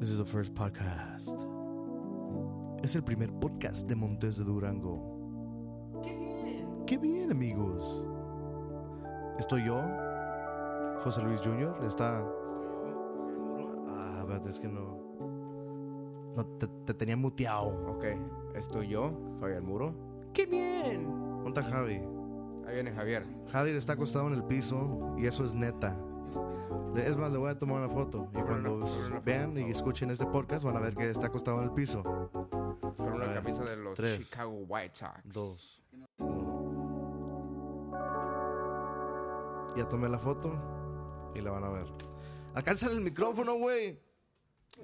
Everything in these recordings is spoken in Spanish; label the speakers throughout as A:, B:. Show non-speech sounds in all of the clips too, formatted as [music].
A: This is the first podcast. Es el primer podcast de Montes de Durango. ¡Qué bien, amigos! Estoy yo, José Luis Jr. Está. Ah, espérate, es que no. No, te, te tenía muteado.
B: Ok, estoy yo, Fabián Muro. ¡Qué bien!
A: ¿Dónde está Javi?
B: Ahí viene Javier.
A: Javi está acostado en el piso y eso es neta. Le- Es más, le voy a tomar una foto. Y cuando
B: una- con una
A: vean
B: foto.
A: y escuchen este podcast, van a ver que está acostado en el piso.
B: Con
A: A
B: una
A: ver,
B: camisa de los
A: tres,
B: Chicago White Sox.
A: Dos. Ya tomé la foto y la van a ver. Alcánzale el micrófono, güey.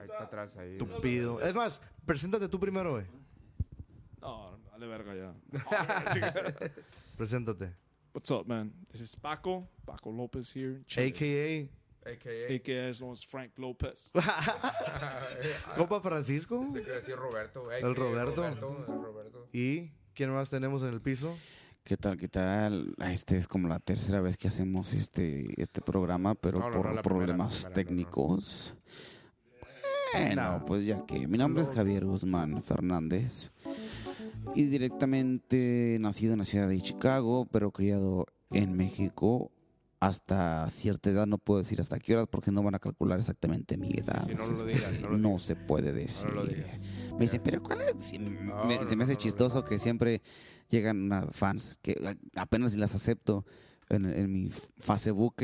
B: Ahí está atrás, ahí.
A: Tupido. Es más, preséntate tú primero, güey.
C: No, dale verga ya.
A: Preséntate.
C: What's up, man? This is Paco. Paco Lopez here.
A: AKA.
B: AKA.
C: AKA is known as Frank [laughs] Lopez.
A: Copa Francisco.
B: Quiero decir Roberto. AKA,
A: El Roberto.
B: Roberto. el Roberto.
A: ¿Y quién más tenemos en el piso?
D: ¿Qué tal? ¿Qué tal? Ah, Este es como la tercera vez que hacemos este, este programa, pero
B: No, no,
D: por
B: no, la primera,
D: problemas
B: la primera, no, no.
D: técnicos. Bueno,
A: No.
D: pues ya que. Mi nombre es Javier Guzmán Fernández y directamente nacido en la ciudad de Chicago, pero criado en México. Hasta cierta edad, no puedo decir hasta qué horas porque no van a calcular exactamente mi edad.
B: sí, no
D: así
B: lo
D: es que
B: digas, no lo
D: no se puede decir.
B: No lo digas.
D: Me dicen, pero ¿cuál es? Si me-
B: No,
D: me-
B: no,
D: se me
B: no,
D: hace
B: no,
D: chistoso que siempre llegan unas fans que a- apenas si las acepto en, en mi f- Facebook.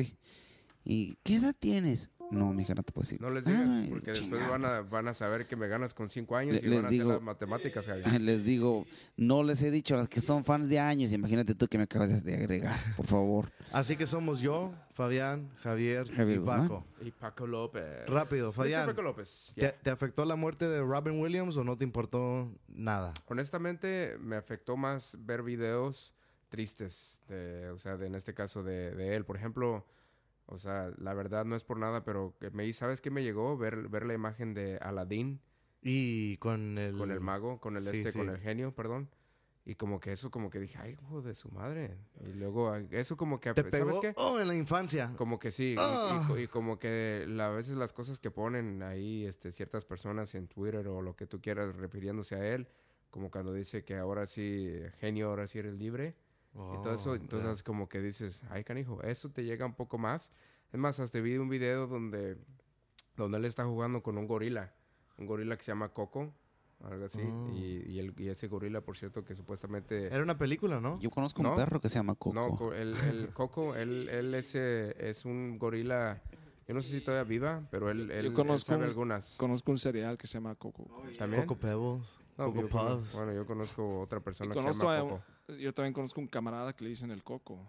D: ¿Y qué edad tienes? No, mija, no te puedo decir.
B: No les
D: Ah,
B: digas,
D: ay,
B: porque después
D: chingada.
B: van a, van a saber que me ganas con 5 años
D: Le-
B: y
D: les
B: van a
D: digo-
B: hacer las matemáticas, [laughs] Javier.
D: pues". [laughs] Les digo, no les he dicho a las que son fans de años. Imagínate tú que me acabas de agregar, por favor.
A: Así que somos yo, Fabián, Javier,
D: Javier
A: y Paco.
D: Guzmán.
B: Y Paco López.
A: Rápido,
B: Yo soy
A: Fabián.
B: Paco López.
A: ¿Te,
B: ya.
A: te afectó la muerte de Robin Williams o no te importó nada?
B: Honestamente, me afectó más ver videos tristes, de- o sea, de- en este caso de, de él. Por ejemplo, o sea, la verdad no es por nada, pero que me, ¿sabes qué me llegó? Ver, ver la imagen de Aladdin
A: Y con el...
B: con el mago, con el
A: sí,
B: este,
A: sí.
B: con el genio, perdón. Y como que eso, como que dije, ay, hijo de su madre. Y luego, ah, eso como que...
A: Te
B: ¿sabes
A: pegó
B: qué?
A: oh, en la infancia.
B: Como que sí, y-
A: Ah.
B: y, co- y como que la- a veces las cosas que ponen ahí este, ciertas personas en Twitter o lo que tú quieras refiriéndose a él, como cuando dice que ahora sí, eh, genio, ahora sí eres libre. y todo eso,
A: Oh,
B: entonces como que dices, ay canijo, eso te llega un poco más. Es más, hasta vi un video donde, donde él está jugando con un gorila, un gorila que se llama Coco, algo así,
A: Oh.
B: y, y el- y ese gorila, por cierto, que supuestamente...
A: Era una película, ¿no?
D: Yo conozco un
B: No.
D: perro que se llama Coco.
B: No, co- el, el Coco, él, él es, eh, es un gorila. Yo no sé si todavía viva, pero él, él,
C: Yo conozco
B: él sabe
C: un-
B: algunas.
C: Conozco un cereal que se llama Coco.
B: ¿También?
A: Coco Pebbles,
B: No,
A: Coco
B: yo conozco-
A: Puffs.
B: bueno, yo conozco otra persona
C: Y
B: que se
C: conozco
B: llama
C: a
B: Coco.
C: Yo también conozco un camarada que le dicen el Coco.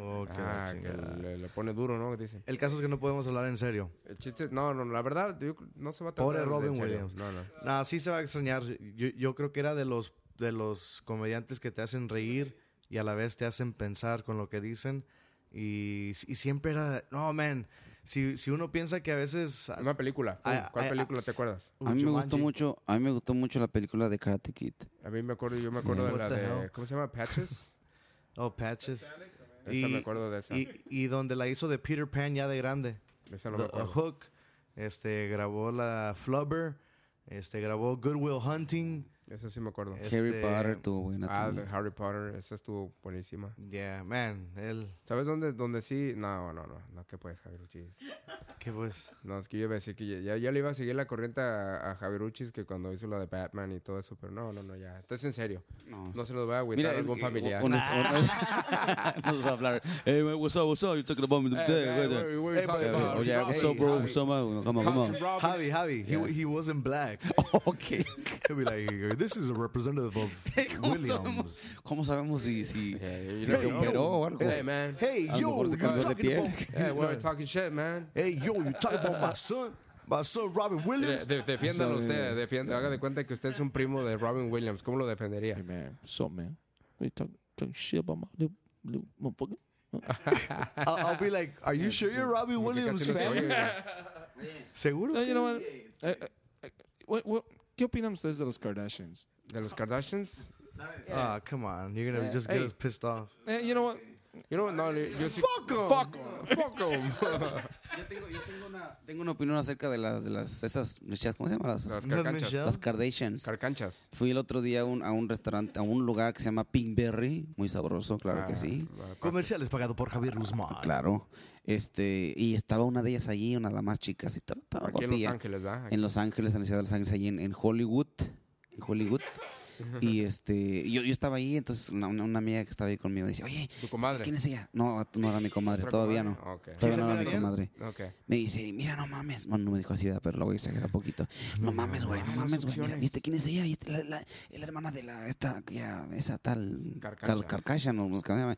A: Oh, qué la
B: Ah, que
A: chingada.
B: le, le pone duro, ¿no? Dicen.
A: El caso es que no podemos hablar en serio.
B: El chiste, no, no, la verdad, yo cr- no se va a
A: Pobre
B: tratar de-
A: Robin
B: en serio.
A: Williams.
B: No, no.
A: Nah, sí se va a extrañar. Yo, yo creo que era de los, de los comediantes que te hacen reír y a la vez te hacen pensar con lo que dicen. Y, y siempre era, no, man, si, si uno piensa que a veces...
B: Una película.
A: Ah,
B: ¿Cuál
A: ah,
B: película te acuerdas?
D: A mí me gustó
A: Jumanji.
D: mucho, a mí me gustó mucho la película de Karate Kid.
B: A mí me acuerdo, yo me acuerdo de
A: What
B: la
A: the
B: de.
A: hell?
B: ¿Cómo se llama?
A: [laughs]
B: Patches.
A: Oh, Patches.
B: Esa me acuerdo de esa.
A: Y, y donde la hizo de Peter Pan ya de grande.
B: Esa no
A: The-
B: me acuerdo.
A: a Hook. Este, grabó la Flubber. Este, grabó Good Will Hunting.
B: Esa sí me acuerdo.
A: Este-
D: Harry Potter tuvo buena
B: Ah, de
D: también.
B: Harry Potter. Esa estuvo buenísima.
A: Yeah, man. Él,
B: ¿Sabes dónde, dónde sí? No, no, no, no, que puedes, Javier Uchis.
A: ¿qué pues?
B: No, es que yo iba a decir que ya, ya- ya le iba a seguir la corriente a, a Javier Uchis que cuando hizo la de Batman y todo eso, pero no, no, no, ya. Esto es en serio.
D: No,
B: No se los voy a agüitar a
D: es
B: algún
D: que-
B: familiar.
D: honest-
B: [laughs]
D: honest- [laughs] no se va a hablar. Hey, man, what's up, what's up? You talking about me today, right there.
A: Hey,
D: Yeah,
A: bro,
D: oh, yeah,
A: Rob,
D: what's
A: hey,
D: up, bro?
A: Javi.
D: What's up, man? Come on, come on.
A: Javi, Javi. He, he wasn't black.
D: [laughs] Okay.
A: He'll be like, [laughs] this is a representative of
D: ¿Cómo
A: Williams.
D: sabemos, cómo sabemos si, si, si
B: you
D: se
B: know.
D: operó o algo?
B: Hey, man.
A: Hey,
D: A lo
A: yo,
D: mejor se
A: you
D: cambió de
A: talking
D: piel.
A: about-
B: Hey, we're talking shit, man.
A: hey, yo, you talking about my son? My son, Robin
B: Mire,
A: Williams?
B: de- defiéndalo
C: Sorry,
B: usted,
C: man.
B: defienda, haga de cuenta que usted es un primo de Robin Williams. ¿Cómo lo defendería?
C: Hey, man. What's up, man? You talking, talking shit about my little, little motherfucker?
A: I'll, I'll be like, are you sure you're Robin
B: Como que
A: Williams
B: casi no se
A: fan?
B: oye.
A: Seguro.
C: No,
A: que
C: you know what? Eh, eh, eh, what- what- ¿Qué opinan ustedes de los Kardashians?
B: ¿De los Kardashians?
A: Ah, come on. You're going to just get
B: Hey.
A: us pissed off.
C: Eh, you know what?
B: Yo no, no, yo sí-
A: Fuck 'em.
B: Fuck, fuck 'em.
D: [laughs] Yo tengo, yo tengo una una, tengo una opinión acerca de las, de las esas, ¿cómo se llaman? Las,
B: Las
D: las,
A: Not
B: carcanchas.
A: Michelle.
D: Kardashians.
B: Carcanchas.
D: Fui el otro día a un, a un restaurante, a un lugar que se llama Pinkberry, muy sabroso, claro que
B: Ah,
D: sí.
B: ah, pas-
A: Comerciales pagado por Javier Guzmán.
D: Claro. Este, y estaba una de ellas allí, una de las más chicas, y estaba, estaba
B: Aquí en Los
D: guapilla.
B: Ángeles, ¿ah? ¿verdad? Aquí.
D: eh, en Los Ángeles, en la ciudad de Los Ángeles, allí en, en Hollywood. En Hollywood.
B: [laughs]
D: Y este, yo, yo estaba ahí, entonces una, una- una amiga que estaba ahí conmigo decía, oye,
B: ¿Tu comadre?
D: ¿quién es ella? No, no era mi comadre,
B: ¿Otra
D: todavía
B: comadre?
D: no.
B: Ok.
A: ¿Sí se
D: Todavía no
A: miran
D: era mi
A: bien?
D: comadre.
B: Ok.
D: Me dice, mira, no mames. Bueno, no me dijo así, ¿verdad? pero lo voy a exagerar poquito. No mames, güey, no mames, güey. Mira,
B: succiones.
D: ¿viste quién es ella? Y este, la, la- es la hermana de la, esta, ya, esa tal.
B: Carcacha.
D: Car- Carcacha, no, no sé cómo se llama.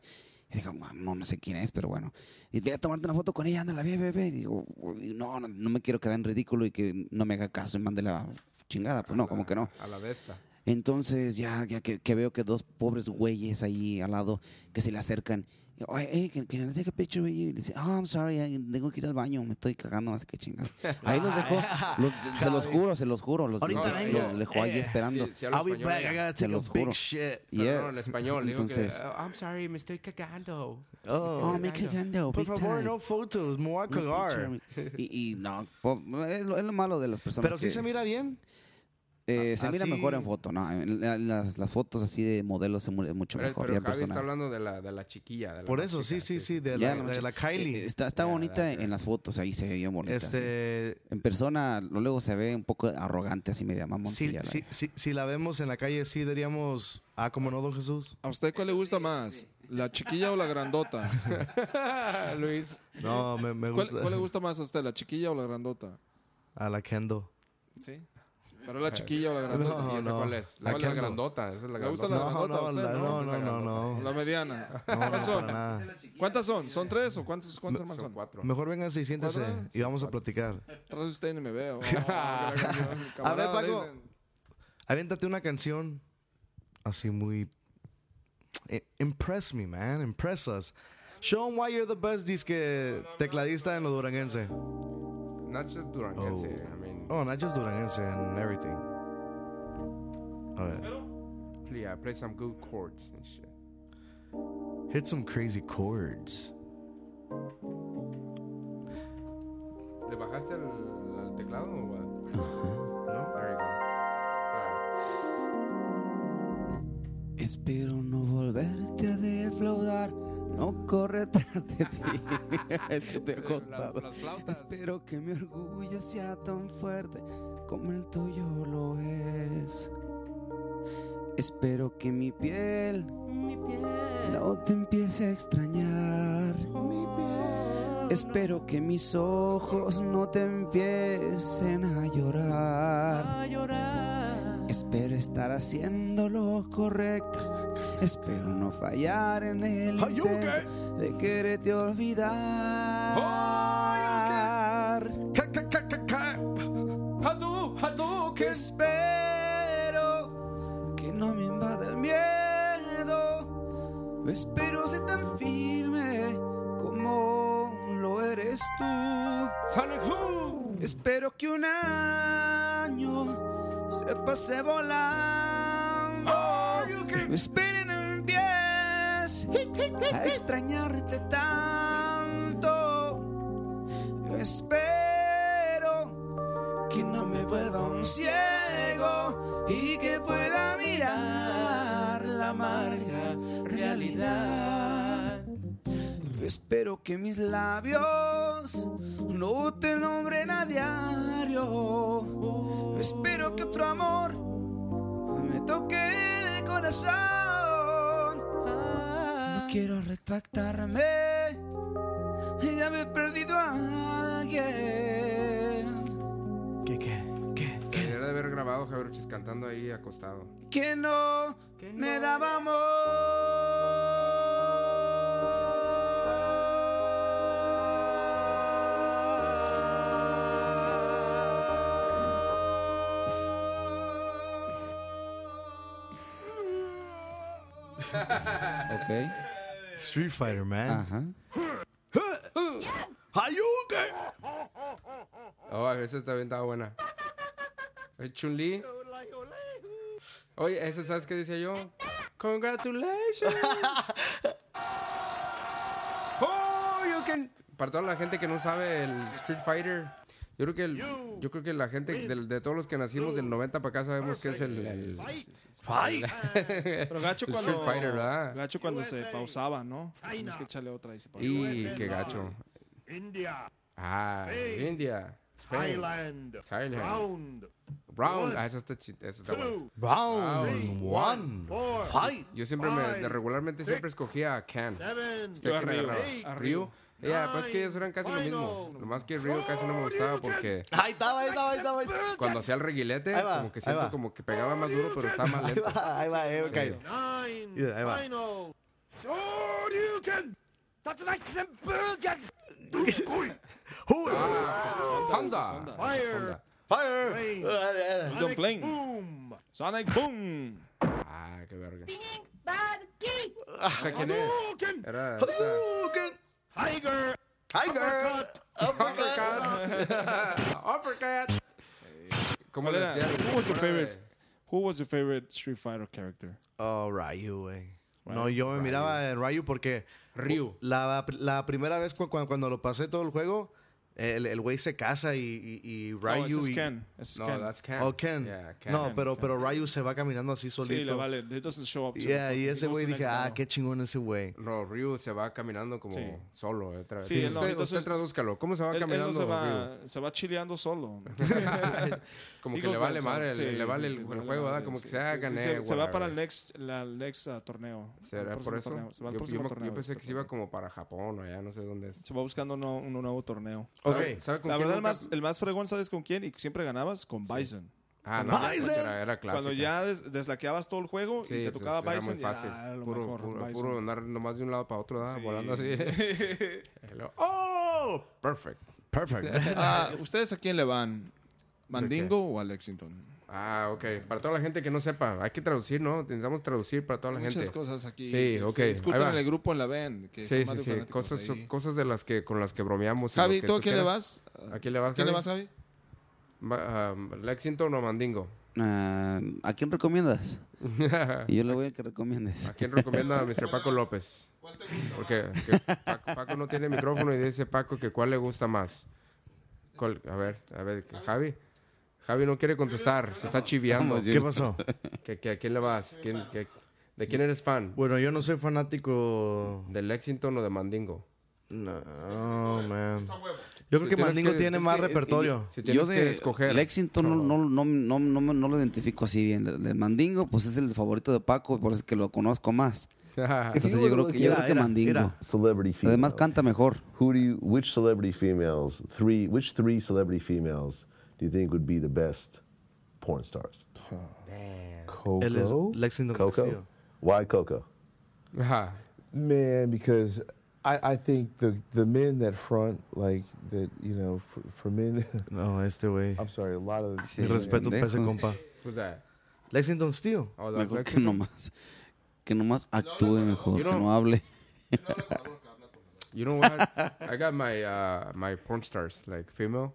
D: Y digo, "Bueno, no, no sé quién es, pero bueno. Y voy a tomarte una foto con ella, ándala, ve, ve, ve. Y digo, "Uy, no, no, no me quiero quedar en ridículo y que no me haga caso y mande la chingada. Pues no, como que no.
B: A la de esta.
D: Entonces, ya, ya que, que veo que dos pobres güeyes ahí al lado que se le acercan. Y, Oye, eh, hey, can, can I take a picture with you? Y le dice, oh, I'm sorry, I- tengo que ir al baño, me estoy cagando, no sé qué chingas. Ahí
A: [laughs]
D: los dejó, los- se los juro, se los juro, los,
A: Ahorita
D: los-
B: vengo.
D: los dejó ahí
A: Eh,
D: esperando.
B: Sí, sí habla
A: I'll be
B: español
A: back.
B: ella.
A: I gotta
D: Te
A: take a
D: los
A: big
D: juro.
A: shit.
B: Pero
D: Yeah.
B: no, en español. digo que,
D: Entonces,
B: "Oh, I'm sorry, me estoy cagando.
A: Oh,
D: oh, me cagando,
A: por
D: big
A: favor,
D: time.
A: no fotos. Me voy a cagar.
D: Y, y no, po- es lo, es lo malo de las personas.
A: Pero si
D: que-
A: se mira bien.
D: eh, se mira
A: así-
D: mejor en foto, ¿no? En la- Las, las fotos así de modelos se mueven mucho
B: Pero,
D: mejor.
B: pero
D: ya
B: Javi
D: personal.
B: está hablando de la, de la chiquilla. de la
A: Por
B: más
A: eso, sí,
B: chica,
A: sí, sí. De
D: Ya,
A: la,
D: la
A: de la
D: muchacha- eh,
A: Kylie.
D: Está, está
B: Ya, la
D: bonita
B: Kylie.
D: en las fotos, ahí se ve bien bonita. sí.
A: Este.
D: En persona, lo- luego se ve un poco arrogante, así media
A: Si,
D: mamoncilla. la-
A: si, si, si la vemos en la calle, sí diríamos. Ah, como no, don Jesús.
E: ¿A usted cuál le gusta más? ¿La chiquilla o la
C: [laughs]
E: grandota?
B: Ah, [laughs] Luis.
A: No, me, me
E: ¿Cuál,
A: gusta.
E: cuál le gusta más a usted, la chiquilla o la grandota?
A: A la Kendo.
E: ¿Sí?
C: [laughs]
E: ¿Pero la chiquilla o la
A: [laughs]
E: grandota?
A: No,
B: No,
A: no.
B: ¿Cuál es? La,
A: ¿La
B: la
A: Kendo?
B: grandota. Esa es la
E: ¿Le gusta
B: grandota.
E: la
A: No,
E: grandota a
A: no,
E: usted,
A: la- no,
E: no?
A: no, no, no.
E: ¿La
C: Ah,
E: mediana?
A: No, no,
E: ¿Cuántas
A: para
E: son?
A: nada.
E: ¿Cuántas son? ¿Son tres o cuántos, cuántas más
B: Son
E: son?
B: cuatro.
A: Mejor véngase y siéntese
E: ¿Cuatro?
A: y vamos a platicar.
E: Atrás de usted ni me [laughs] veo. Oh, que la canción. Camarada,
A: A ver, Paco.
E: le dicen,
A: Aviéntate una canción así muy. Eh, Impress me, man. Impress us. Show 'em why you're the best disque tecladista en lo duranguense.
B: Not just Duranguense. I mean,
A: Oh, not just duranguense and everything. A ver.
B: play, yeah, play some good chords and shit.
A: Hit some crazy chords.
B: ¿Le bajaste al, al teclado o what? No. There you go. Alright.
D: Espero no volverte a defraudar. No corre atrás de ti. [laughs] Esto te ha costado.
B: Eh, Las flautas.
D: Espero que mi orgullo sea tan fuerte como el tuyo lo es. Espero que mi piel, no te empiece a extrañar. Espero que mis ojos no te empiecen a llorar. Espero estar haciendo lo correcto. Espero no fallar en el
A: Are you
D: intento
A: okay?
D: de quererte olvidar.
A: Ca, ca, ca, ca, ca.
D: Espero que no me invada el miedo. Espero ser tan firme como lo eres tú.
B: Sonic Boom.
D: Espero que un año se pase volando. Espero no empieces a extrañarte tanto. Yo espero que no me vuelva un ciego y que pueda mirar la amarga realidad. Yo espero que mis labios no te nombren a diario. Yo espero que otro amor me toque el corazón. No quiero retractarme. Ya me he perdido a alguien
A: ¿Qué, qué, qué, qué?
B: Debería de haber grabado Javier Ruiz cantando ahí acostado.
D: que no me daba amor. Okay.
A: Street Fighter, man.
D: Ajá.
A: Are you okay?
B: Oh, a veces también estaba buena. Eh, Chun-Li. Oye, ¿eso sabes qué decía yo? Congratulations. oh, you can... para toda la gente que no sabe el Street Fighter, yo creo que, el- yo creo que la gente del- de, todos los que nacimos del 90 para acá sabemos que es el, el-
A: Fight.
B: [laughs]
E: Pero gacho
B: El
E: cuando.
B: Street Fighter, ¿verdad?
E: Gacho cuando se pausaba, ¿no? Tienes que echarle otra y se pausaba.
B: Y qué gacho.
F: India,
B: Ah, India. Spain,
F: Thailand,
B: Thailand.
F: round,
B: Round. Ah, eso está, chi- eso está bueno.
F: two,
A: Round one.
F: four,
A: Fight.
B: Yo siempre me, de
F: Five,
B: regularmente siempre escogía a Ken.
F: seven,
B: Yo
E: Yo
B: que me
E: arriba,
B: agarraba.
E: arriba.
B: Ryu. Ya, pues es que
F: Nine,
B: ellos eran casi lo mismo.
F: final.
B: Nomás que Ryu casi no me gustaba porque
A: Ahí estaba, ahí estaba, ahí estaba. Ahí estaba.
B: cuando hacía el reguilete,
A: Ahí va,
B: como que
A: ahí
B: siento
A: va.
B: como que pegaba más duro, pero estaba más
A: Ahí
B: lento.
A: va, ahí va, ahí va, Cairo.
F: nine,
A: Yeah, ahí va.
F: final. Shoryuken, Tatanakenbergen,
B: [laughs]
F: Dukui,
A: Uy,
B: Honda.
F: Fire,
A: Fire. Ah,
E: Don't blink.
F: Boom,
E: Sonic Boom.
B: Ah, qué verga.
G: Ding, Bob, geek.
B: O sea, ¿quién es?
F: Hadouken,
B: Era
A: ah, ah. Ooh, good.
F: Tiger,
A: Tiger.
B: Uppercut. [laughs] ¿Cómo
E: ¿Cuál
B: le
E: era?
B: decían?
E: Who was your favorite? Who was your favorite Street Fighter character?
A: [laughs] Oh, Ryu, güey. No, yo me miraba en Ryu porque
E: Oh,
B: Ryu.
A: la, la primera vez cu- cu- cuando, lo pasé todo el juego, el el güey se casa y, y, y
E: No, Oh, ese
A: Ryu...
E: es
A: y-
E: Ken. Ese es
B: No,
E: Ken.
B: that's Ken.
A: Oh, Ken.
B: Yeah, Ken.
A: No, pero, pero Ryu se va caminando así solito.
E: Sí, le vale. It doesn't show up. to
A: Yeah,
E: the-
A: y
E: he
A: ese
E: goes
A: güey
E: to the
A: dije,
E: next
A: ah,
E: level.
A: qué chingón ese güey.
B: No, Ryu se va caminando como
E: Sí.
B: solo. eh, Otra vez.
E: Sí, él
B: usted,
E: no,
B: usted
E: entonces-
B: tradúzcalo. ¿Cómo se va
E: Él, él
B: caminando
E: no se
B: Ryu?
E: va, se va chileando solo. [laughs]
B: Como
E: He
B: que le
E: goes
B: vale
E: nuts,
B: madre,
E: sí,
B: le, le
E: sí,
B: vale el,
E: sí, le
B: el
E: vale
B: juego, ¿verdad?
E: madre,
B: Como
E: sí.
B: que se haga
E: Sí,
B: gané.
E: se, se va para el
B: whatever.
E: next, la, el next ah, torneo.
B: ¿Será
E: Al
B: por
E: próximo
B: eso?
E: torneo. Se va al
B: yo, pues, yo
E: próximo
B: me- yo
E: torneo.
B: pensé que se iba como para Japón o allá, no sé dónde es.
E: Se va buscando uno- un, nuevo torneo.
A: Ok.
B: ¿Sabe- sabe con
E: La
B: quién
E: verdad, el
B: nunca-
E: más, el más fregón, ¿sabes con quién? Y siempre ganabas con Bison.
B: Ah, no,
A: Bison.
B: porque era, era clásica.
E: Cuando ya des- deslaqueabas todo el juego
B: Sí,
E: y te
B: pues,
E: tocaba
B: era
E: Bison,
B: muy
E: ya
B: fácil.
E: era lo
B: puro,
E: mejor,
B: puro,
E: Bison.
B: puro andar nomás de un lado para otro, ¿verdad?
E: Sí.
B: volando
E: [laughs]
B: así. [laughs] Y luego, ¡Oh! Perfect.
A: Perfect.
E: Ah, ¿Ustedes a quién le van? ¿Mandingo o a Lexington?
B: Ah, ok. Para toda la gente que no sepa, hay que traducir, ¿no? Necesitamos traducir para toda la
E: Muchas
B: gente.
E: cosas aquí.
B: Sí,
E: que se
B: ok, ahí
E: Discuten
B: va.
E: en el grupo en la VEN. Que
B: Sí,
E: son más
B: sí,
E: de
B: sí.
E: fanáticos
B: Cosas,
E: ahí.
B: cosas de las que, con las que bromeamos. y lo
E: Javi,
B: que
E: ¿tú a quién le
B: quieras.
E: vas?
B: ¿A quién le vas?
E: ¿A quién le
B: Javi?
E: vas, Javi?
B: Ma- ah, ¿Lexington o Mandingo?
D: Ah, ¿A quién recomiendas? [laughs]
B: ¿A
D: Y yo le voy a que recomiendes.
B: quién recomienda a Mr. Paco López? Porque que Paco, Paco no tiene micrófono y dice Paco que cuál le gusta más. ¿Cuál? A ver, a ver, que Javi. Javi no quiere contestar, se está chiviando.
D: Vamos, yo-
A: ¿Qué pasó?
B: ¿Que, que, a quién le vas? ¿Quién- que- ¿De quién eres fan?
A: Bueno, yo no soy fanático...
B: ¿De Lexington o de Mandingo?
A: No, man. Yo creo que
B: tienes
A: Mandingo
B: que-
A: tiene
B: es
A: más
D: que- es que-
A: repertorio.
B: Si tienes
D: yo de
B: que escoger.
D: Lexington no, no, no, no, no, me- no lo identifico así bien. El, el Mandingo, pues es el favorito de Paco, por eso es que lo conozco más. Entonces yo creo que, yo
A: Mira,
D: creo que
A: mira,
D: Mandingo.
A: mira.
H: Celebrity females.
D: Además canta mejor.
H: Who do you? Which celebrity females? Three. Which three celebrity females do you think would be the best porn stars? Coco.
A: Él es Lexington Castillo.
H: Coco. Why Coco?
B: [laughs] Ajá.
I: Man, because I, I think the, the men that front, like, that, you know, for, for men,
A: No, este güey.
I: I'm sorry, a lot of.
D: Sí,
A: Mi respeto para ese
D: pendejo.
A: compa.
B: Who's that?
A: Lexington Steel.
B: Oh, that's
D: Mejor que
B: Lexington.
D: nomás, que nomás actúe mejor,
B: You
D: que
B: know- [laughs]
D: no hable.
B: You know what? I got my uh, my porn stars like female,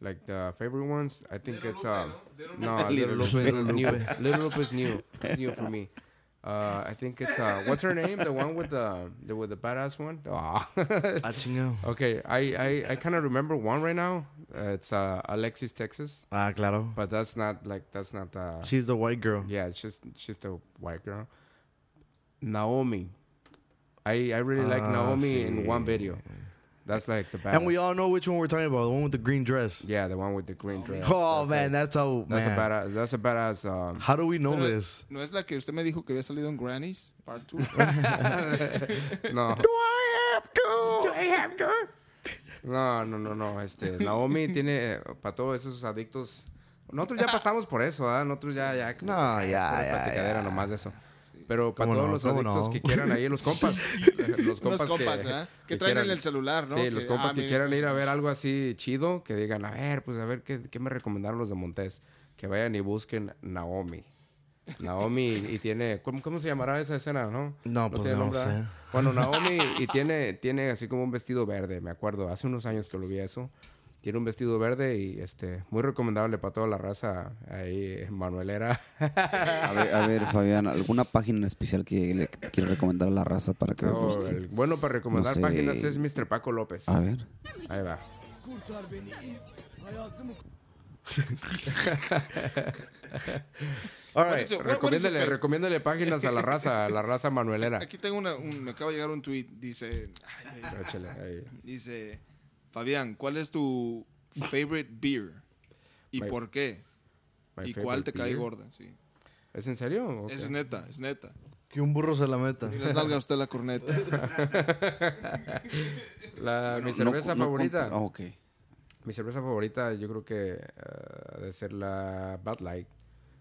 B: like the favorite ones. I think it's um no Little Lupe is new. Little Lupe is new, new for me. Uh, I think it's uh, what's her name? The one with the, the with the badass one. Ah.
A: Ah, chingado.
B: [laughs] okay, I I, I kind of remember one right now. Uh, it's uh, Alexis Texas,
A: Ah, claro.
B: but that's not like that's not uh,
D: Ah.
B: the
A: She's the white girl.
B: yeah. It's just she's the white girl. Naomi, I I really like
A: Ah,
B: Naomi
A: sí.
B: in one video. That's like the best.
A: And we all know which one we're talking about, the one with the green dress.
B: Yeah, the one with the green dress.
A: Oh, man, that's how.
B: That's
A: man.
B: a badass. That's a badass. Um,
A: How do we know
E: Pero-
A: this?
E: ¿No es la que usted me dijo que había salido en Grannies? Part
B: [laughs]
E: 2.
B: no. [laughs] Do I have to? Do I have to? No, no, no, no. Este, Naomi tiene para todos esos adictos. Nosotros ya pasamos por eso, ¿verdad? Nosotros ya, ya. como
A: No,
B: que, ah,
A: ya,
B: esto era
A: ya,
B: platicadera nomás de eso. Pero para
A: ¿Cómo
B: todos
A: no?
B: los
A: ¿Cómo
B: adictos
A: no?
B: que quieran ahí,
A: [laughs]
B: los compas. los compas,
E: Los compas,
B: que,
E: ¿verdad? Que traen en
B: quieran-
E: el celular, ¿no?
B: Sí,
E: Que,
B: los compas
E: ah,
B: que
E: miren,
B: quieran
E: pues,
B: ir a ver algo así chido, que digan, a ver, pues a ver, ¿qué, qué me recomendaron los de Montes? Que vayan y busquen Naomi. Naomi y tiene... ¿Cómo, cómo se llamará esa escena, no?
A: No, pues,
B: tiene
A: no
B: nombre,
A: sé.
B: ¿verdad? Bueno, Naomi y tiene, tiene así como un vestido verde, me acuerdo. Hace unos años que lo vi eso. Tiene un vestido verde y este muy recomendable para toda la raza. Ahí Manuelera.
D: A ver, a ver, Fabián, ¿alguna página en especial que le quieres recomendar a la raza para pues que
B: No, [laughs]
D: busque?
B: el bueno para recomendar
D: No sé.
B: páginas es Mr. Paco López.
D: A ver.
B: Ahí va. All right,
E: is your- what- what is
B: recomiéndale,
E: your fa-
B: recomiéndale páginas a la raza, a la raza
E: [laughs]
B: manuelera.
E: [laughs] Aquí tengo una, un- me acaba de llegar un tweet. Dice, ay, güey.
B: Échale, ahí.
E: dice, Fabián, ¿cuál es tu favorite beer? ¿Y
B: My-
E: por qué?
B: My
E: ¿Y cuál
B: favorite
E: te cae
B: beer.
E: gorda? Sí.
B: ¿Es en serio? Ok.
E: Es neta, es neta.
A: Que un burro se la meta.
E: Y las nalgas usted la corneta. [laughs]
B: La- mi
D: No-
B: cerveza
D: no
B: favorita.
D: contest- Ah, ok.
B: Mi cerveza favorita yo creo que eh, ha de ser la Bud Light.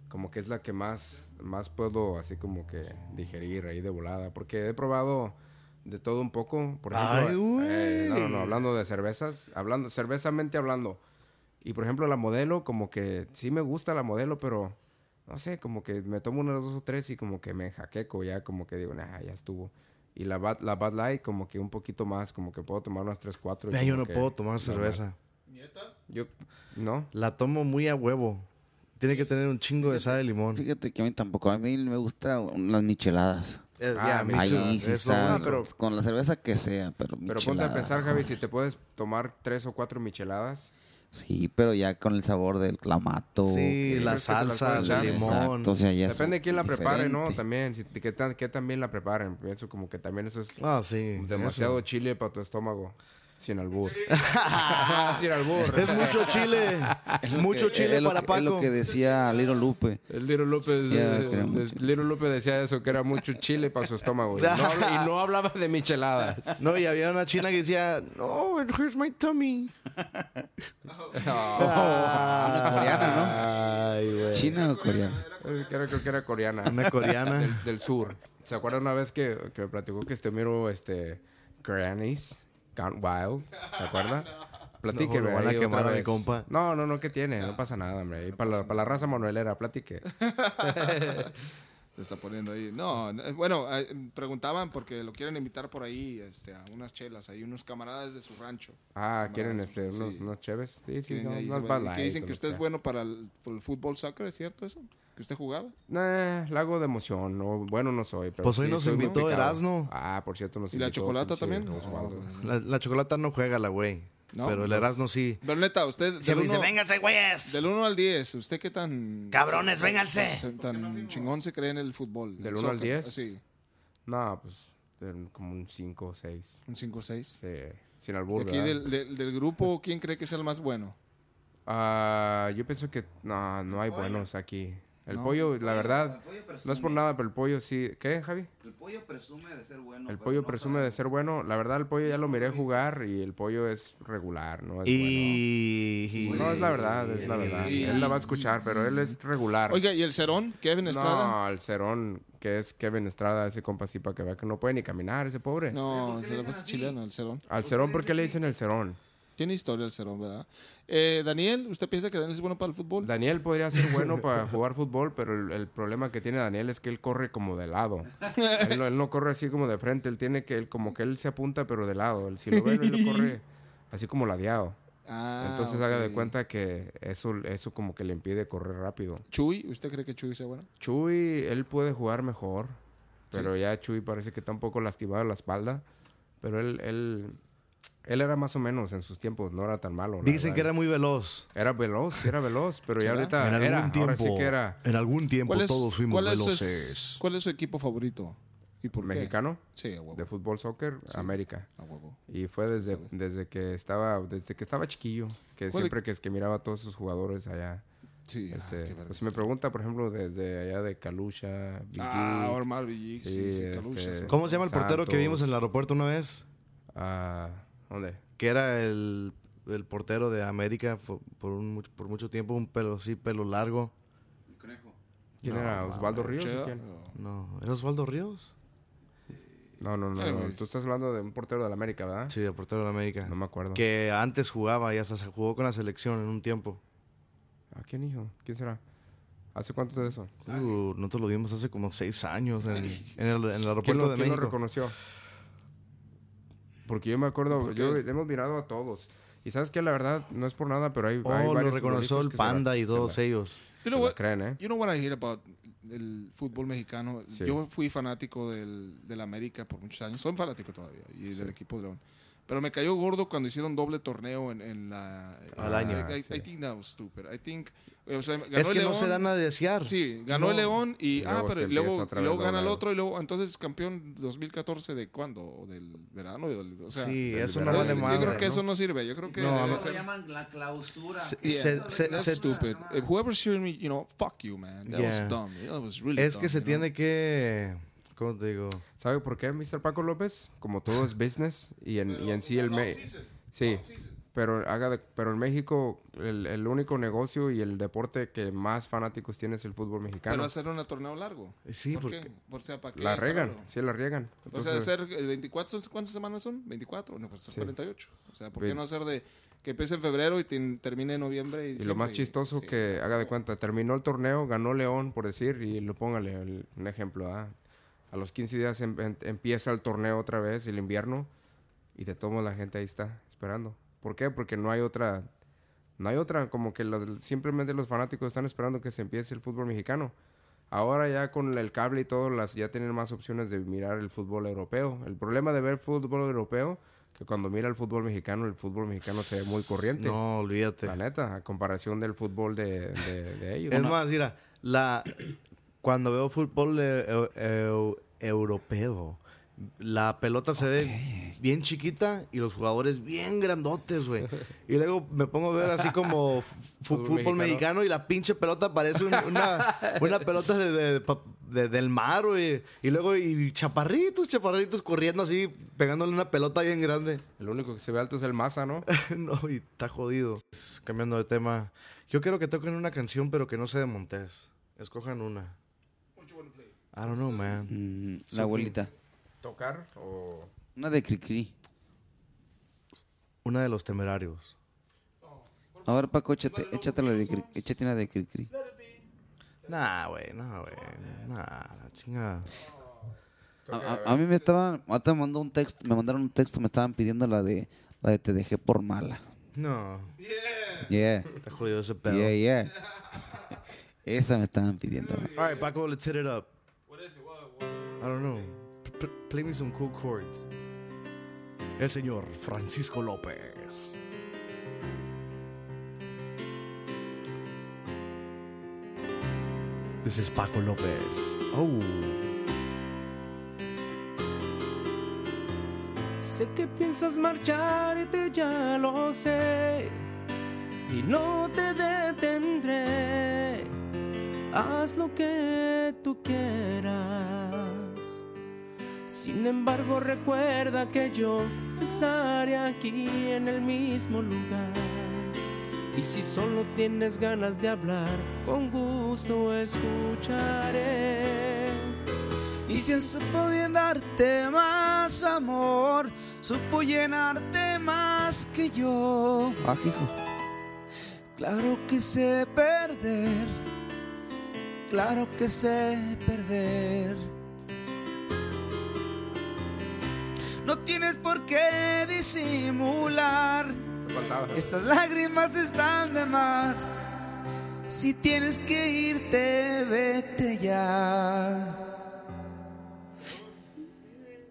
B: Como que es la que más, más puedo así como que digerir ahí de volada. Porque he probado de todo un poco. Por ejemplo,
A: Ay, güey.
B: eh, no, no, no, hablando de cervezas. Hablando, cervezamente hablando. Y por ejemplo la modelo, como que sí me gusta la modelo, pero no sé, como que me tomo unas dos o tres y como que me jaqueco ya, como que digo, nah, ya estuvo. Y la Bud, la Bud Light como que un poquito más, como que puedo tomar unas tres, cuatro. y
A: Vea, yo
B: como
A: no
B: que-
A: puedo tomar
B: no, no.
A: cerveza.
B: Yo, no.
A: La tomo muy a huevo. Tiene que tener un chingo de sal de limón.
D: Fíjate que a mí tampoco. A mí me gustan las micheladas.
A: Eh,
B: Ah,
A: ya,
B: me
A: me Ah,
D: Ahí
A: echo-
D: sí
A: es lo
D: está.
A: único.
B: pero-
D: con la cerveza que sea,
B: Pero
D: pero
B: ponte
D: michelada,
B: a pensar, Javi,
D: joder.
B: si te puedes tomar tres o cuatro micheladas.
D: Sí, pero ya con el sabor del clamato.
A: Sí,
B: ok.
A: la
B: Pues que te la
A: salsa,
B: puedes
A: el
B: echar.
A: limón.
D: Exacto, o sea, ya es
B: Depende de quién la prepare, ¿no?
D: diferente.
B: También, si, que, tan, que también la preparen. Eso como que también eso es
A: Ah, sí.
B: demasiado chile para tu estómago. Sin
D: [laughs]
B: albur. [laughs] Sin albur.
A: Es mucho chile. mucho
D: Eh,
A: chile
D: [laughs] es lo
A: para
D: que-
A: Paco.
D: Es lo que decía Liro Lupe.
B: [laughs] El Liro López,
D: Ya,
B: eh,
D: que era mucho.
B: el Liro López decía eso, que era mucho chile para su
D: [laughs]
B: estómago. Y no, habla- y no hablaba de micheladas.
A: No, y había una china que decía, no, it hurts my tummy.
B: Oh.
D: Una coreana,
A: Ay,
D: ¿no?
A: güey.
D: China o coreana.
B: Pues, Creo, creo que era coreana.
A: Una coreana.
B: del sur. ¿Se acuerdan una vez que, que me platicó que este miro, este, Grannies, Gone Wild? ¿Se acuerdan? Platique,
A: No, lo
B: no,
A: van a quemar a mi compa.
B: No, no, no, ¿qué tiene? No, pasa nada, hombre. Y para, la, para la raza manuelera, platique.
E: Se está poniendo ahí. No, no, eh, bueno, eh, preguntaban porque lo quieren invitar por ahí este, a unas chelas. Hay unos camaradas de su rancho.
B: Ah, ¿quieren
E: Camaradas,
B: este, unos,
E: sí.
B: unos cheves? Sí, sí,
E: Quieren
B: no,
E: ahí-
B: unas
E: y
B: Bud
E: que
B: Light,
E: dicen
B: o
E: que
B: lo
E: usted es
B: sea.
E: bueno para el, para el fútbol soccer, ¿es cierto eso? ¿Que usted jugaba?
B: Nah, la hago de emoción. No, bueno, no soy. Pero
A: Pues hoy
B: sí,
A: nos
B: soy muy
A: invitó
B: picado.
A: Erasmo.
B: Ah, por cierto, nos
E: ¿Y la
B: invitó,
E: chocolata
B: pinche
E: también?
B: Osvaldo.
A: La, la chocolata no juega la güey.
E: No,
A: pero el
E: no.
A: Erasmo sí.
E: Pero neta, usted del
A: Siempre dice,
E: uno-
A: vénganse, güeyes.
E: del 1 al 10, ¿usted qué tan...
A: Cabrones,
E: se-
A: vénganse.
E: se- Tan chingón se cree en el fútbol.
B: ¿Del
E: el
B: uno al
E: soccer?
B: diez?
E: Sí,
B: No, pues eh, como un 5 o 6.
E: un 5 o 6.
B: Sí, sin
E: Y
B: albur,
E: aquí
B: ¿verdad?
E: del, del- del grupo, ¿quién cree que es el más bueno?
B: Ah, yo pienso que no, no hay buenos aquí. El pollo, la verdad, no es por nada, pero el pollo sí. ¿Qué, Javi?
D: El pollo presume de ser bueno.
B: El pollo presume de ser bueno. La verdad, el pollo ya lo miré jugar y el pollo es regular, ¿no? Es
A: Y...
B: bueno. No, es la verdad, es la verdad. Él la va a escuchar, pero él es regular.
E: Oiga, ¿y el Cerón? ¿Kevin Estrada?
B: No, el cerón, que es Kevin Estrada, ese compa así para que vea que no puede ni caminar, ese pobre.
E: No, se le pasa chileno el Cerón.
B: Al cerón, ¿por qué le dicen el cerón?
E: Tiene historia el Cerón, ¿verdad? Eh, Daniel, ¿usted piensa que Daniel es bueno para el fútbol?
B: Daniel podría ser bueno para jugar fútbol, pero el, el problema que tiene Daniel es que él corre como de lado. Él no, él no corre así como de frente, él tiene que, él, como que él se apunta, pero de lado. Él, si lo ven, él lo corre así como ladeado.
E: Ah,
B: Entonces haga de
E: ok.
B: cuenta que eso, eso como que le impide correr rápido.
E: Chuy, ¿usted cree que Chuy sea bueno?
B: Chuy, él puede jugar mejor, pero ya Chuy parece que está un poco lastimado en la espalda. Pero él, él, él era más o menos en sus tiempos, no era tan malo. la
A: Dicen que
B: verdad.
A: era muy veloz.
B: Era veloz, sí era veloz, pero ya ahorita
A: En algún
B: era, ahora
A: tiempo,
B: sí que era
A: en algún tiempo
E: ¿Cuál es,
A: todos fuimos
E: Pues, cuál es su-
A: veloces.
E: cuál es su equipo favorito? ¿Y por qué?
B: mexicano
E: Sí, a huevo.
B: de fútbol soccer, América.
E: A huevo.
B: Y fue desde, desde que estaba desde que estaba chiquillo, que
E: ¿Cuál-
B: siempre que, es que miraba a todos sus jugadores allá.
E: Sí, ah,
B: Este,
E: qué
B: pues,
E: vergüenza.
B: si me pregunta, por ejemplo, desde allá de Calusha, Big
E: Ah,
B: Dick,
E: Omar Villig, sí, sí,
B: Sí, este,
E: Calucha, sí.
A: ¿Cómo se llama el portero que
B: Santos.
A: vimos en el aeropuerto una vez?
B: ah, ¿dónde?
A: Que era el, el portero de América fo- por, un mu- por mucho tiempo, un pelo sí, pelo largo.
B: ¿Quién era? ¿Osvaldo Ríos?
E: Che,
B: o quién?
E: oh.
A: No, ¿era Osvaldo Ríos?
B: No, no, no,
E: Eh,
B: no,
E: güey.
B: Tú estás hablando de un portero de la América, ¿verdad?
A: Sí, el portero de América.
B: No me acuerdo.
A: Que antes jugaba y hasta se jugó con la selección en un tiempo.
B: ¿A quién hijo? ¿Quién será? ¿Hace cuánto de eso?
A: Uh, nosotros lo vimos hace como seis años en, en el, en el
B: ¿Quién,
A: aeropuerto
B: lo,
A: de
B: quién lo
A: México.
B: reconoció? Porque yo me acuerdo, yo, hemos mirado a todos. Y sabes que la verdad, no es por nada, pero hay,
A: Oh,
B: hay
A: lo
B: varios
A: reconoció
B: futbolistas
A: el
B: que se la-
A: Panda y eh.
B: se la-
A: todos ellos.
E: You
B: se
E: know
B: la
E: what?
B: creen, ¿eh?
E: You know what I hear about el fútbol mexicano.
B: Sí.
E: Yo fui fanático del, del América por muchos años. Soy fanático todavía y del equipo de León. Pero me cayó gordo cuando hicieron doble torneo en, en la.
A: Al
E: I-
A: año.
E: I, I
B: sí.
E: think that was stupid. I think. o sea, ganó
A: Es que
E: el
A: no se
E: León.
A: dan a desear.
E: Sí, ganó el
A: No.
E: León y,
B: Y
E: ah,
B: luego
E: pero
B: se
E: y luego,
B: empieza otra
E: y luego
B: vez
E: gana el
B: doble.
E: otro y luego entonces campeón 2014 de cuándo ¿O del verano, Del- o sea,
A: sí,
B: del
A: eso no
B: verano.
E: yo,
A: vale
E: yo
A: madre.
E: creo que
A: ¿no?
E: eso no sirve. Yo creo que
A: No,
E: debe
A: a ver.
E: ser-
D: llaman la clausura.
A: Se-
E: Yeah.
A: se- se-
E: that's
A: se-
E: stupid. If whoever's shooting me, you know, fuck you, man. That
A: Yeah.
E: was dumb. That was really
A: es que
E: dumb,
A: se
E: you know?
A: tiene que. ¿Cómo te digo?
B: ¿Sabe por qué, Mr. Paco López? Como todo es business y en, y en sí el... Me sí, pero, haga de- pero en México el, el único negocio y el deporte que más fanáticos tiene es el fútbol mexicano.
E: Pero hacer un torneo largo.
A: Eh, Sí,
E: ¿Por
A: porque-
E: qué? Por sea, ¿para qué?
B: la riegan,
E: Claro.
B: sí la riegan.
E: O
B: Entonces,
E: sea, hacer eh, 24, son- ¿cuántas semanas son? ¿24? No, pues son 48. O sea, ¿por qué
B: Ve-
E: no hacer de que empiece en febrero y tin- termine en noviembre? Y,
B: y lo
E: diciembre
B: más
E: y-
B: chistoso
E: sí.
B: que haga de cuenta, terminó el torneo, ganó León, por decir, y lo póngale el- un ejemplo. ah, A los 15 días em- em- empieza el torneo otra vez, el invierno, y te tomo la gente ahí está, esperando. ¿Por qué? Porque no hay otra, no hay otra, como que los- simplemente los fanáticos están esperando que se empiece el fútbol mexicano. Ahora ya con el cable y todo, las, ya tienen más opciones de mirar el fútbol europeo. El problema de ver fútbol europeo, que cuando mira el fútbol mexicano, el fútbol mexicano se ve muy corriente.
A: No, olvídate.
B: La neta, a comparación del fútbol de, de- de ellos.
A: Este, Es más, mira, la, cuando veo fútbol eh, eu- eu- europeo, la pelota se ve bien chiquita y los jugadores bien grandotes, güey. Y luego me pongo a ver así como fu-
B: Fútbol
A: fútbol mexicano.
B: mexicano
A: y la pinche pelota parece un- una, una pelota de- de- pa- de- del mar, güey. Y luego y chaparritos, chaparritos corriendo así, pegándole una pelota bien grande.
B: El único que se ve alto es el
A: [laughs]
B: Maza, ¿no?
A: no, y está jodido. Es- Cambiando de tema, yo quiero que toquen una canción, pero que no sea de Montés. Escojan una. I don't know, man.
D: Mm, La abuelita.
B: ¿Tocar o...?
D: Una de Cricri.
A: Una de los temerarios.
D: A ver, Paco, échate, échate la de Cricri. Échate una de Cricri.
A: Nah, güey, nah, güey. Nah, la chingada.
D: A, a- a mí me estaban. Ahorita me, mandó un texto, me mandaron un texto, me estaban pidiendo la de. La de Te dejé por mala.
A: No,
D: Yeah.
A: está jodido ese pedo.
D: Yeah, yeah. [laughs] Esa me estaban pidiendo.
A: All right, Paco, let's hit it up. I don't know. P- p- play me some cool chords. El señor Francisco López. This is Paco López. Oh.
B: Sé que piensas marcharte, ya lo sé. Y no te detendré. Haz lo que tú quieras. Sin embargo, recuerda que yo estaré aquí en el mismo lugar. Y si solo tienes ganas de hablar, con gusto escucharé.
D: Y si él supo darte más amor, supo llenarte más que yo. Ah, hijo. Claro que sé perder, claro que sé perder. No tienes por qué disimular, estas lágrimas están de más. Si tienes que irte, vete ya.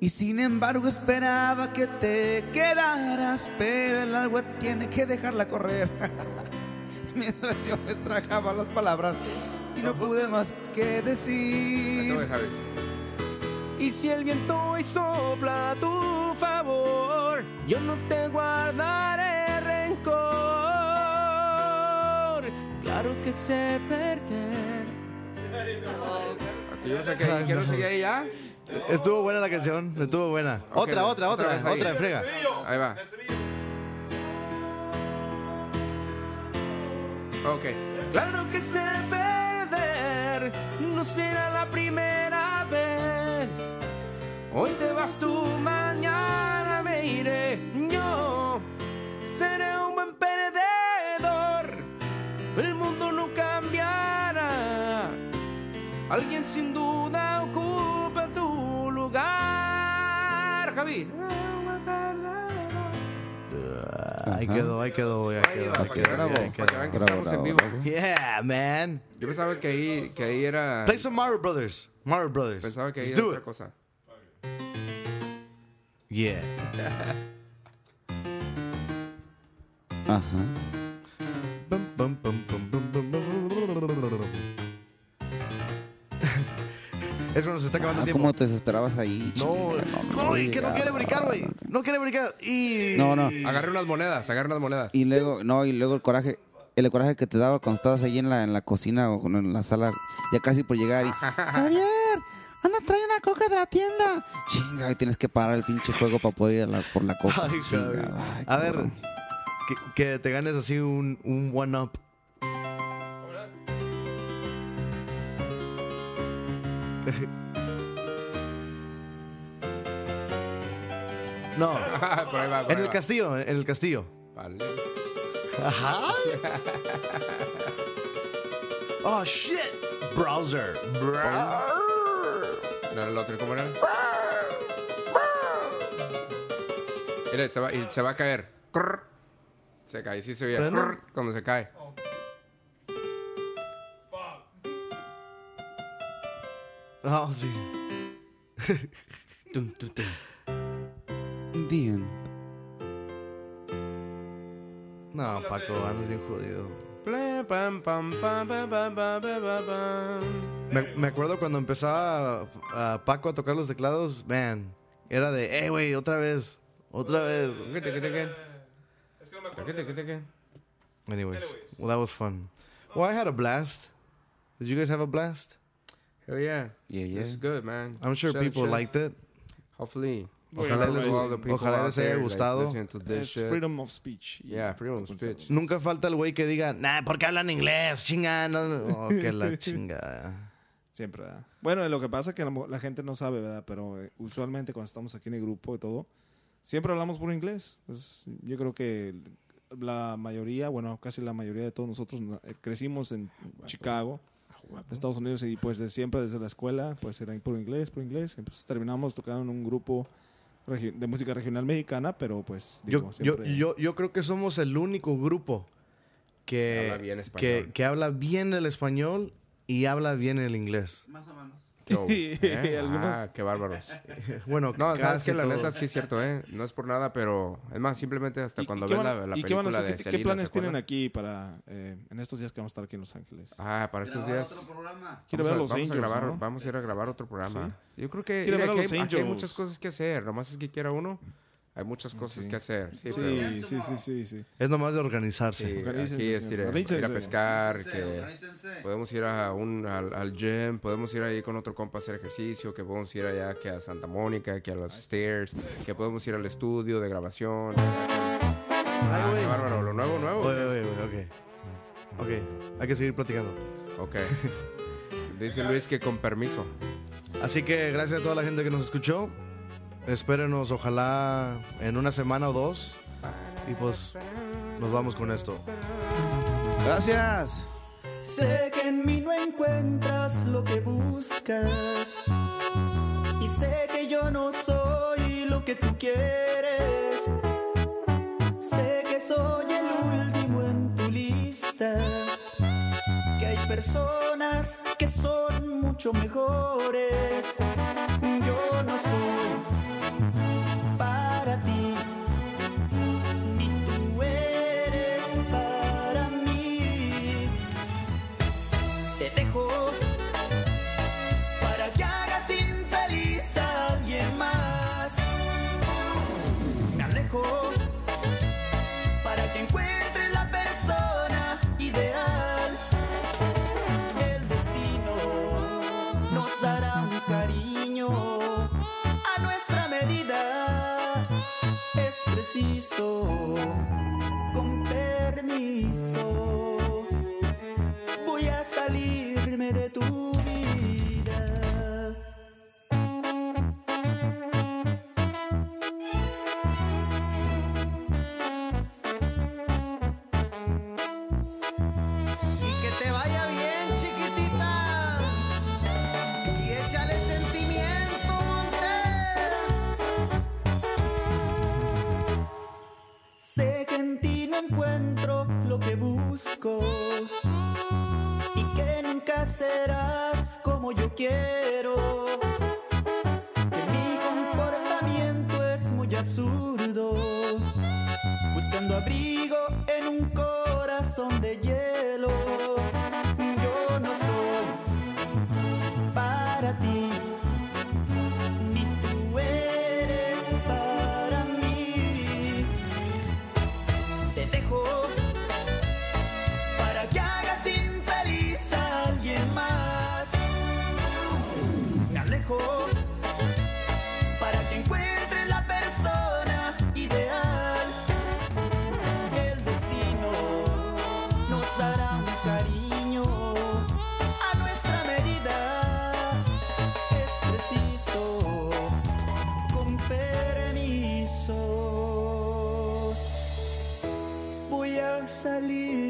D: Y sin embargo esperaba que te quedaras, pero el agua tiene que dejarla correr. [laughs] Mientras yo me tragaba las palabras y no pude más que decir.
B: Y si el viento hoy sopla a tu favor, yo no te guardaré rencor. Claro que sé perder. Yo sé que quiero seguir ahí ya.
A: Estuvo buena la canción, estuvo buena. otra, otra, otra,
B: otra vez
A: otra,
B: ahí.
A: otra frega.
B: Ahí va. Ok. Claro que sé perder, no será la primera vez. Hoy te vas tú, mañana me iré. Yo seré un buen perdedor. El mundo no cambiará. Alguien sin duda ocupa tu lugar, Javi.
A: Ay, Ahí quedó, ahí quedó, ahí quedó.
B: Para
A: Ahí
B: que
A: quedó,
B: vean
A: ahí
B: para que
A: quedó.
B: vean que
D: Bravo,
B: estamos en
D: bravo,
B: vivo.
D: bravo.
A: Yeah, man.
B: Yo pensaba que ahí, que ahí era.
A: Play some Mario Brothers. Mario Brothers.
B: Pensaba que ahí
A: Let's
B: era
A: do
B: otra
A: it.
B: cosa.
A: Yeah.
D: Ajá. Ah,
A: Bum, bum, bum, bum, bum, bum, bum. [laughs] Es cuando se está acabando el
D: Ah,
A: tiempo.
D: ¿Cómo te desesperabas ahí?
A: No,
D: Chinga,
A: no, y que no
D: ya.
A: quiere brincar, güey. No quiere brincar. Y.
D: No, no.
B: Agarré unas monedas, agarré unas monedas.
D: Y luego, no, y luego el coraje, el coraje que te daba cuando estabas ahí en la, en la cocina o con- en la sala, ya casi por
A: [laughs]
D: llegar y Javier, anda trae una coca de la tienda. Chinga, y tienes que parar el pinche juego para poder ir a la- por la coca.
A: [laughs] Ay,
D: Chinga,
A: Javi.
D: ay,
A: A ver,
D: cabrón.
A: que, que te ganes así un, un one-up. [laughs] No,
B: [laughs] por ahí va, por
A: en
B: ahí
A: el
B: va.
A: castillo, en el castillo.
B: Vale.
A: Ajá. [laughs] Oh shit, browser. Brrr.
B: No era el otro, ¿cómo era? Mira, se va, y se va a caer. Crrr. Se cae, sí se oía.
A: Bueno.
B: Crrr, cuando se cae.
A: Oh, sí.
B: Tum, tum, tum.
D: The end.
A: No, Paco, andas bien jodido.
B: Plam, pam, pam, pam, pam, pam, pam, pam, pam, pam.
A: Me, me acuerdo cuando empezaba a, a Paco a tocar los teclados, man, era de, hey, güey, otra vez, otra vez.
B: Tuque, tuque, tuque. Tuque, tuque, tuque.
A: Anyways, well, that was fun. Well, I had a blast. Did you guys have a blast?
B: Hell yeah.
D: Yeah, yeah.
B: This is good, man.
A: I'm sure
B: Shut it,
A: people
B: shut it.
A: liked it.
B: Hopefully.
A: Ojalá les- ojalá les haya gustado.
C: It's freedom of speech.
B: Yeah, freedom of speech.
A: Nunca falta el güey que diga, nah, ¿por qué hablan inglés? Chinga, no, no". Oh, que la [laughs] chinga.
E: Siempre, ¿verdad? Bueno, lo que pasa es que la, mo- la gente no sabe, ¿verdad? Pero eh, usualmente cuando estamos aquí en el grupo y todo, siempre hablamos por inglés. Es- yo creo que la mayoría, bueno, casi la mayoría de todos nosotros na- eh, crecimos en Chicago, Estados Unidos, y pues de siempre desde la escuela, pues era por inglés, por inglés. Y pues terminamos tocando en un grupo regi- de música regional mexicana, pero pues,
A: Yo,
E: digo,
A: yo,
E: siempre...
A: yo, yo creo que somos el único grupo que
B: Que habla bien español.
A: que, que habla bien el español y habla bien el inglés.
B: Qué
E: [laughs]
B: hubo, ¿eh?
E: Algunos-
B: Ah, qué
E: [laughs]
B: bárbaros.
A: Bueno,
B: No, sabes
A: casi
B: que la
A: todos.
B: neta sí es cierto, ¿eh? No es por nada, pero es más, simplemente hasta
E: ¿Y-
B: cuando
E: y qué
B: ves
E: van a-
B: la, la
E: ¿Y
B: película
E: qué van a hacer?
B: de
E: ¿Qué- ¿Qué,
B: Selena,
E: planes
B: ¿se acuerdan?
E: tienen aquí para eh, en estos días que vamos a estar aquí en Los Ángeles?
B: Ah, para estos días.
E: Quiero ver a los
B: vamos
E: Angels,
B: a grabar,
E: ¿no?
B: Vamos a ir a grabar otro programa. Yo creo que
E: Quiero
B: mira,
E: ver a
B: aquí
E: los
B: hay, aquí hay
E: Angels.
B: muchas cosas que hacer. Nomás es que quiera uno, hay muchas cosas
E: Sí.
B: que hacer. Sí, pero-
E: Sí, sí, sí, sí, sí.
A: Es nomás de organizarse.
B: sí,
E: [laughs] Organícense,
B: aquí es
E: señor.
B: ir, a-
E: Organícense.
B: ir a pescar, que podemos ir a un, al, al gym, podemos ir ahí con otro compa a hacer ejercicio, que podemos ir allá que a Santa Mónica, que a los stairs, que podemos ir al estudio de grabación. Ah,
A: güey.
B: qué bárbaro, lo nuevo, nuevo.
A: Oye, oye, oye, ok. Ok, hay que seguir platicando.
E: [laughs]
B: Ok. Dice Luis que con permiso.
A: Así que gracias a toda la gente que nos escuchó. Espérenos, ojalá en una semana o dos. Y pues nos vamos con esto.
D: Gracias.
J: Sé que en mí no encuentras lo que buscas. Y sé que yo no soy lo que tú quieres. Sé que soy el último en tu lista. Que hay personas que son mucho mejores. Yo no soy para ti. Ni tú eres para mí te dejo para que hagas infeliz a alguien más. Me alejo para que encuentres la persona ideal. El destino nos dará un cariño busco y que nunca serás como yo quiero. Que mi comportamiento es muy absurdo, buscando abrigo en un corazón de hielo. Yo no soy para ti, ni tú eres para mí. Te dejo para que hagas infeliz a alguien más. Me alejo para que encuentres la persona ideal. El destino nos dará un cariño a nuestra medida. Es preciso, con permiso. Voy a salir